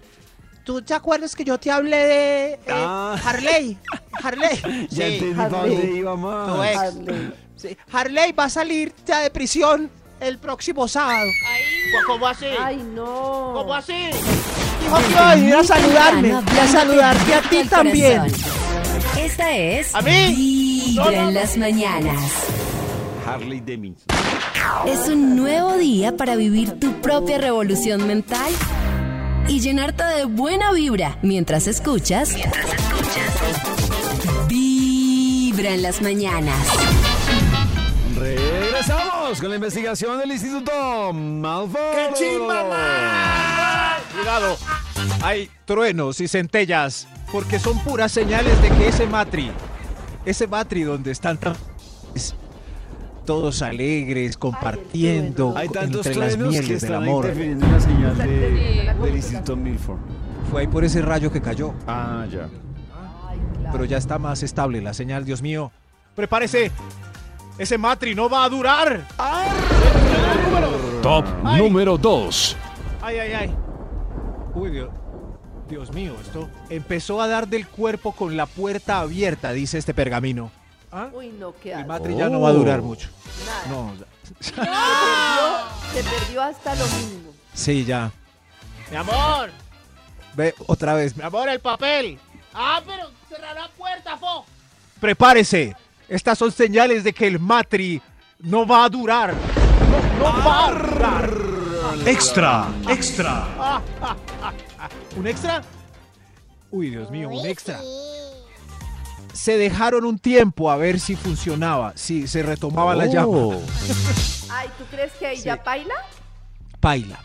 M: ¿Tú te acuerdas que yo te hablé de eh,
B: Ah.
M: Harley? Harley.
B: Ya
M: Sí,
B: entendí para
M: Harley.
B: dónde iba más.
M: Tu ex. Sí, Harley va a salir ya de prisión el próximo sábado.
R: ¿Cómo así?
E: Ay, no.
R: ¿Cómo así?
M: Dijo que iba a venir a saludarme y a saludarte a ti también.
A: Esta es
R: ¿A mí?
A: Vibra
R: No, no,
A: en
R: no.
A: las mañanas.
B: Harley Deming.
A: Es un nuevo día para vivir tu propia revolución mental y llenarte de buena vibra mientras escuchas. Vibra en las mañanas.
B: Regresamos con la investigación del Instituto Malfoy.
R: ¡Qué chimba,
C: Cuidado, hay truenos y centellas, porque son puras señales de que ese matri, ese matri donde están tan- es- todos alegres, compartiendo
B: Hay tantos
C: entre las
B: truenos que
C: mieles del
B: están
C: amor.
B: interfiriendo en la señal de-
E: interfiriendo en la
B: del Instituto Milford.
C: Fue ahí por ese rayo que cayó,
B: Ah, ya.
C: pero ya está más estable la señal, Dios mío.
R: Prepárese. Ese matri no va a durar.
L: Top número 2.
C: Ay, ay, ay. Uy, Dios, Dios mío, esto empezó a dar del cuerpo con la puerta abierta, dice este pergamino.
E: Uy, no, qué
C: El
E: asco.
C: matri ya no va a durar mucho. No, ya-
E: Se perdió hasta lo mismo.
C: sí, ya.
R: Mi amor,
C: Ve otra vez.
R: mi amor, el papel. Ah, pero cerrar la puerta, fo.
C: Prepárese. Estas son señales de que el matri no va a durar.
R: No va a durar.
T: Extra, extra.
C: ¿Un extra? Uy, Dios mío, un extra. Se dejaron un tiempo a ver si funcionaba, si se retomaba
T: Oh.
C: la
P: Oh.
C: llama.
E: Ay, ¿tú crees que ahí ya paila?
C: Paila,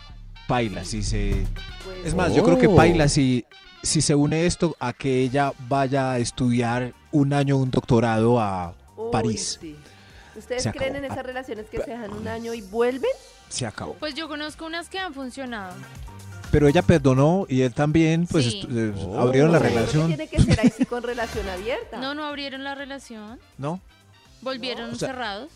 C: paila, si se...
E: Pues,
C: Es más, yo creo que
J: Oh.
C: paila si, si se une esto a que ella vaya a estudiar un año un doctorado a
E: uy,
C: París.
E: sí. ¿Ustedes
C: Se acabó. Ah.
E: creen en esas relaciones que se dejan un año y vuelven?
C: Se acabó.
D: Pues yo conozco unas que han funcionado.
C: Pero ella perdonó y él también, pues
D: Sí. Oh. Pues
C: estu- eh, abrieron la
E: Pero creo que
C: relación.
E: Tiene que ser ahí sí con relación abierta.
D: No, no abrieron la relación.
C: ¿No?
D: Volvieron
C: O sea-
D: cerrados.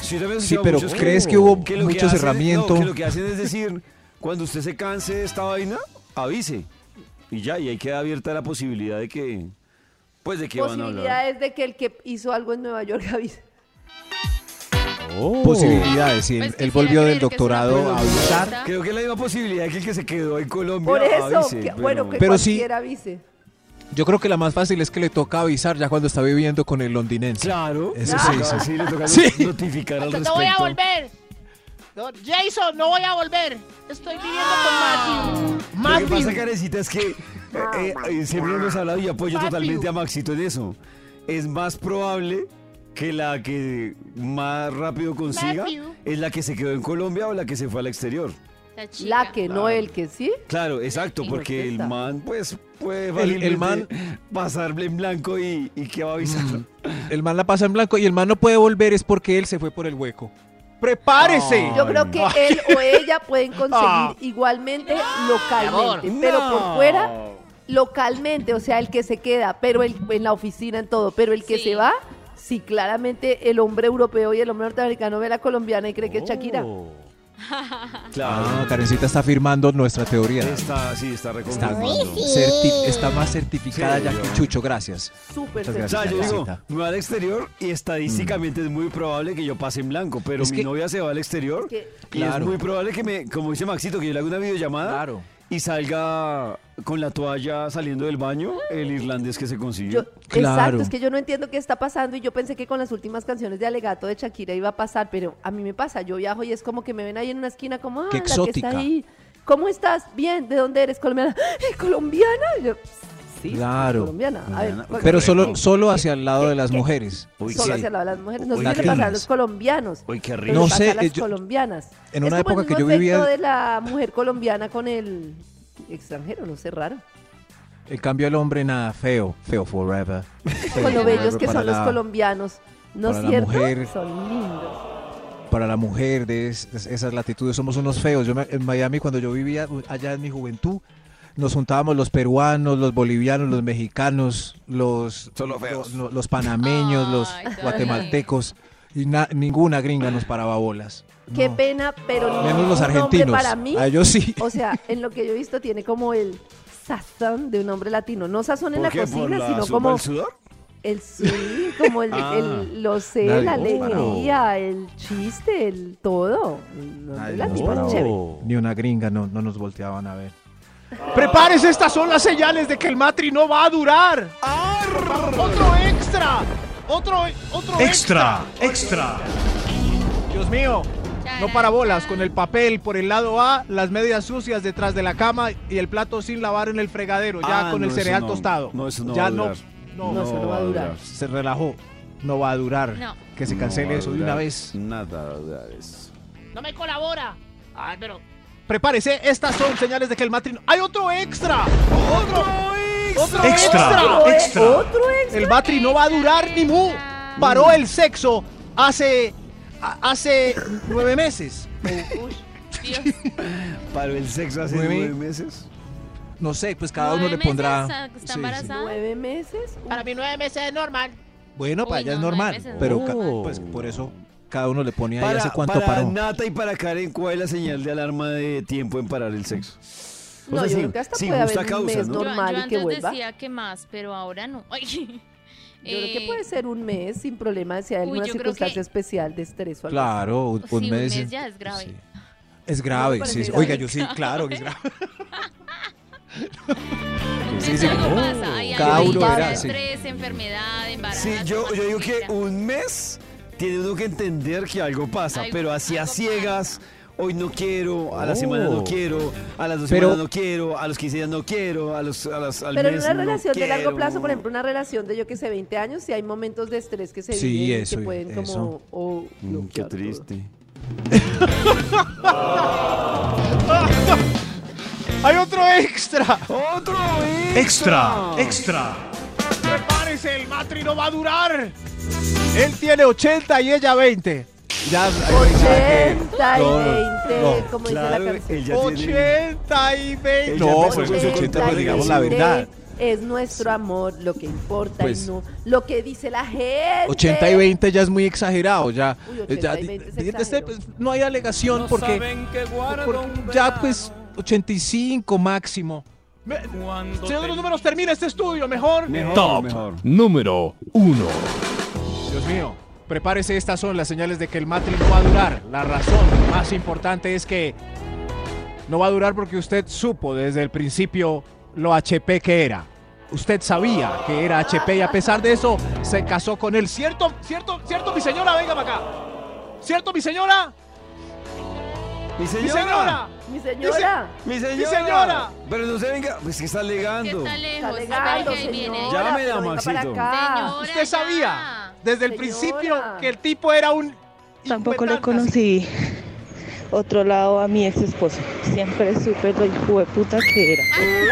B: Sí, también he
C: Sí,
B: escuchado
C: pero
B: muchos
C: ¿crees que hubo
B: lo
C: mucho
B: hacen-
C: cerramiento?
B: no, que lo que hacen es decir, cuando usted se canse de esta vaina, avise. Y ya, y ahí queda abierta la posibilidad de que... Pues de que van a hablar.
E: Posibilidades de que el que hizo algo en Nueva York avise.
B: Oh.
C: Posibilidades. Y
D: Pues
C: él, él
D: quisiera
C: volvió del
D: creer que es una
C: doctorado a
D: posibilidad.
C: avisar.
B: Creo que es la misma posibilidad que el que se quedó en Colombia
E: Por eso,
B: avise,
E: que-
B: pero-
E: bueno, que
C: Pero sí-
E: cualquiera avise.
C: Yo creo que la más fácil es que le toca avisar ya cuando está viviendo con el londinense.
B: Claro.
C: Eso
B: claro,
C: sí, sí.
B: le toca
C: Sí.
B: notificar al
R: No
B: respecto.
R: voy a volver. No, Jason, no voy a volver. Estoy viviendo
D: Ah,
R: con Matthew.
B: Lo que pasa,
R: Matthew.
B: Carecita, es que eh, eh, eh, siempre hemos hablado y apoyo totalmente a Maxito en eso. Es más probable que la que más rápido consiga
D: Matthew.
B: es la que se quedó en Colombia o la que se fue al exterior.
D: La chica.
E: La que, no
B: Claro.
E: el que, ¿sí?
B: Claro, exacto, porque el
E: Perfecta.
B: man, pues, puede
C: El-
B: fácilmente
C: el man-
B: pasarle en blanco y, y que va a avisar.
E: Mm.
C: El man la pasa en blanco y el man no puede volver es porque él se fue por el hueco. ¡Prepárese!
E: Yo creo que él o ella pueden
C: Ah.
E: conseguir igualmente localmente,
C: amor.
E: pero
C: No.
E: por fuera localmente, o sea, el que se queda, pero el, en la oficina, en todo, pero el que se va, sí, claramente el hombre europeo y el hombre norteamericano ve a la colombiana y cree que es Shakira.
C: Oh. Ah, Karencita está afirmando nuestra teoría.
B: Está, sí, está
C: Está,
B: reconfirmando.
C: certi- está más certificada
B: Sí,
C: ya
B: yo.
C: que Chucho, gracias.
E: Súper
C: Muchas
B: O sea,
C: gracias,
B: yo digo,
C: Karencita.
B: me va al exterior y estadísticamente es muy probable que yo pase en blanco, pero
C: Mm. Es
B: mi
C: que-
B: novia se va al exterior
C: que-
B: y
C: Claro.
B: es muy probable que me, como dice Maxito, que yo le haga una videollamada y salga con la toalla saliendo del baño el irlandés que se consiguió.
E: Exacto, es que yo no entiendo qué está pasando y yo pensé que con las últimas canciones de Alegato de Shakira iba a pasar, pero a mí me pasa, yo viajo y es como que me ven ahí en una esquina como, ah,
C: Qué
E: la que está
C: exótica.
E: ahí. ¿Cómo estás? Bien, ¿de dónde eres? Colombiana. "Ah, ¿Colombiana? Y yo, sí,
C: Claro.
E: colombiana. A ver, ¿cuál-
C: Pero solo, solo hacia el lado de las mujeres.
E: Solo hacia el lado de las mujeres. No sé
C: Uy,
E: si le pasa a
C: latinas.
E: los colombianos.
C: Uy, qué
E: pero
C: rico. No
E: le pasa
C: sé,
E: a las
C: eh, yo-
E: colombianas.
C: en
E: Es
C: una
E: como el
C: época que
E: mismo
C: yo vivía-
E: efecto de la mujer colombiana con el extranjero, no sé, raro.
C: El cambio al hombre, nada, feo. Feo forever. Feo
E: Con lo
C: forever
E: bellos que
C: para
E: son los
C: la-
E: colombianos. ¿No es
C: para la
E: cierto?
C: mujer.
E: Son lindos.
C: Para la mujer de es- de esas latitudes, somos unos feos. Yo me- en Miami, cuando yo vivía u- allá en mi juventud, nos juntábamos los peruanos, los bolivianos, los mexicanos, los, lo- lo- los panameños, los guatemaltecos. Y na- ninguna gringa nos paraba bolas.
E: Qué pena, pero
C: Ah. Menos
E: ningún
C: los
E: hombre
C: argentinos. Ah,
E: para mí.
C: A ellos sí.
E: O sea, en lo que yo he visto tiene como el sazón de un hombre latino. No sazón en
C: ¿Por
E: la
C: qué? ¿Por
E: cocina,
C: la
E: sino
C: sopa
E: como
C: del sudor?
E: el sí, como el,
C: Ah.
E: el- lo sé,
C: Nadie
E: la
C: nos paró.
E: alegría, el chiste, el todo. Un
C: Nadie Oh.
E: hombre
C: nos
E: latino
C: paraba.
E: es chévere.
B: Oh.
C: Ni una gringa, no, no nos volteaban a ver.
H: Prepárese, estas son las señales de que el matri no va a durar. Otro extra. Otro, otro
T: Extra, extra.
H: Dios mío. No para bolas, con el papel por el lado A, las medias sucias detrás de la cama y el plato sin lavar en el fregadero, ya
B: Ah,
H: con
B: no,
H: el
B: eso
H: cereal
B: no.
H: tostado.
B: No, eso no
H: ya
B: va a
H: no,
B: durar.
H: no,
B: No,
H: no,
B: eso no va a durar.
C: Se relajó. No va a durar.
D: No.
C: Que se
B: No
C: cancele
B: va a
C: eso de una
B: durar
C: vez.
B: Nada, durar eso.
H: No me colabora. Ay, pero. Prepárese, estas son señales de que el matrino. ¡Hay otro extra! ¡Otro! ¡Otro
T: Extra,
H: extra!
T: extra.
H: ¡Otro extra! El matri no va a durar ni mu. Paró el sexo hace. a- hace nueve meses.
B: Para el sexo hace
C: Nueve.
B: nueve meses.
C: No sé, pues cada uno le pondrá. Sí, sí.
E: ¿Nueve meses?
R: Para mí nueve meses es normal.
C: Bueno, para
R: Uy,
C: ella es
R: no, nueve
C: normal.
R: meses no.
C: Pero ca- pues por eso cada uno le ponía ahí
B: Para,
C: hace cuánto
B: para
C: paró.
B: Nata y para Karen, ¿cuál es la señal de alarma de tiempo en parar el sexo? O
E: No,
B: sea,
E: yo
B: sin-
E: creo que hasta
B: sin
E: puede
B: justa
E: haber un
B: causa,
E: mes
B: ¿no?
D: Yo, yo
E: normal y que
D: antes
E: vuelva.
D: decía que más, pero ahora no. Ay.
E: Yo creo que
D: Eh,
E: puede ser un mes sin problema si hay
D: uy,
E: alguna
D: yo creo
E: circunstancia
D: que-
E: especial de estrés o algo así.
C: Claro, un,
D: sí,
C: un mes.
D: mes ya es grave.
C: sí. Es grave,
D: parece
C: sí. sí.
D: grave.
C: Oiga, yo sí, claro que es grave.
D: Entonces algo pasa, hay
C: Oh, cada
D: algo
C: uno
D: ahí,
C: verá, sí.
D: estrés, enfermedad, embarazo.
B: Sí, yo, yo digo que un mes tiene uno que entender que algo pasa,
D: Algo-
B: pero así a ciegas, hoy no quiero, a la semana no
C: Oh.
B: quiero, a las dos
C: Pero-
B: semanas no quiero, a los 15 días no quiero, a los, a las, al
E: Pero en
B: mes
E: una
B: no
E: relación de largo
B: quiero. Mm,
E: plazo, por ejemplo, una relación de yo que sé, 20 años, si hay momentos de estrés que se
B: Sí,
E: viven y
B: eso,
E: que pueden
B: eso.
E: como... oh, o-
B: Mm, qué triste.
H: ¡Hay otro extra!
B: ¡Otro
T: Extra, extra.
H: Prepárese, el matri no va a durar. Él tiene 80 y ella 20. Ya,
E: 80 y
H: No,
E: 20,
H: no,
E: como dice
H: claro,
E: la canción.
H: él ya tiene- 80 y 20.
C: No, pues, 80, pues, digamos la verdad.
E: Es nuestro amor lo que importa
C: Pues-
E: y no lo que dice la gente.
C: 80 pues, y 20 ya es muy exagerado, ya. eh,
E: Uy, 80 y
C: ya-
E: 20 es
C: de- de- de-
E: exagero.
C: pues, no hay alegación
E: No
C: porque
H: saben que guardo
C: por-
H: un
C: ya pues 85 máximo.
H: Me- Señor de los números, termina este estudio, mejor.
L: Top número 1.
H: Dios mío, prepárese, estas son las señales de que el matri no va a durar. La razón más importante es que no va a durar porque usted supo desde el principio lo HP que era. Usted sabía que era HP y a pesar de eso se casó con él. ¿Cierto, cierto, cierto, mi señora? Venga para acá. ¿Cierto, mi señora?
B: Mi
H: Mi señora.
B: señora.
E: Mi señora.
B: Mi señora.
H: señora.
B: Pero no se venga, pues que está legando.
D: Está lejos,
E: Está
D: está
E: legando,
D: ahí viene.
B: señora, Llámela,
E: pero venga para
B: Maxito.
E: acá.
H: Usted sabía desde el principio que el tipo era un...
U: Tampoco lo conocí.
V: otro lado a mi ex esposo. Siempre supe lo hijo de puta que era.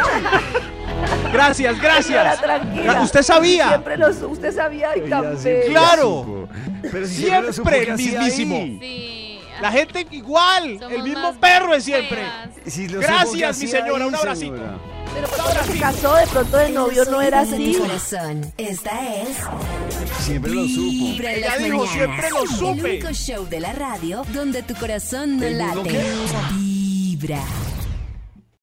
H: Gracias, gracias.
E: Señora, tranquila.
H: Usted sabía.
E: Siempre los, usted sabía y tan feo.
H: Claro.
B: Pero si siempre lo supo,
H: siempre
B: ¿qué
H: el
B: hacía ahí?
H: mismísimo.
D: ah,
H: La gente igual, el mismo perro es siempre.
B: Si lo supo, ¿qué
H: Gracias, mi
B: hacía
H: señora,
B: ahí,
H: un abracito.
B: señora?
E: Pero cuando se casó, de pronto de novio no era
A: De mi
E: así.
A: corazón. Esta es
B: Siempre lo supo.
A: Vibra en las mañanas. El único show de la radio donde tu corazón no
B: ¿El mismo
A: late.
B: qué?
A: Vibra.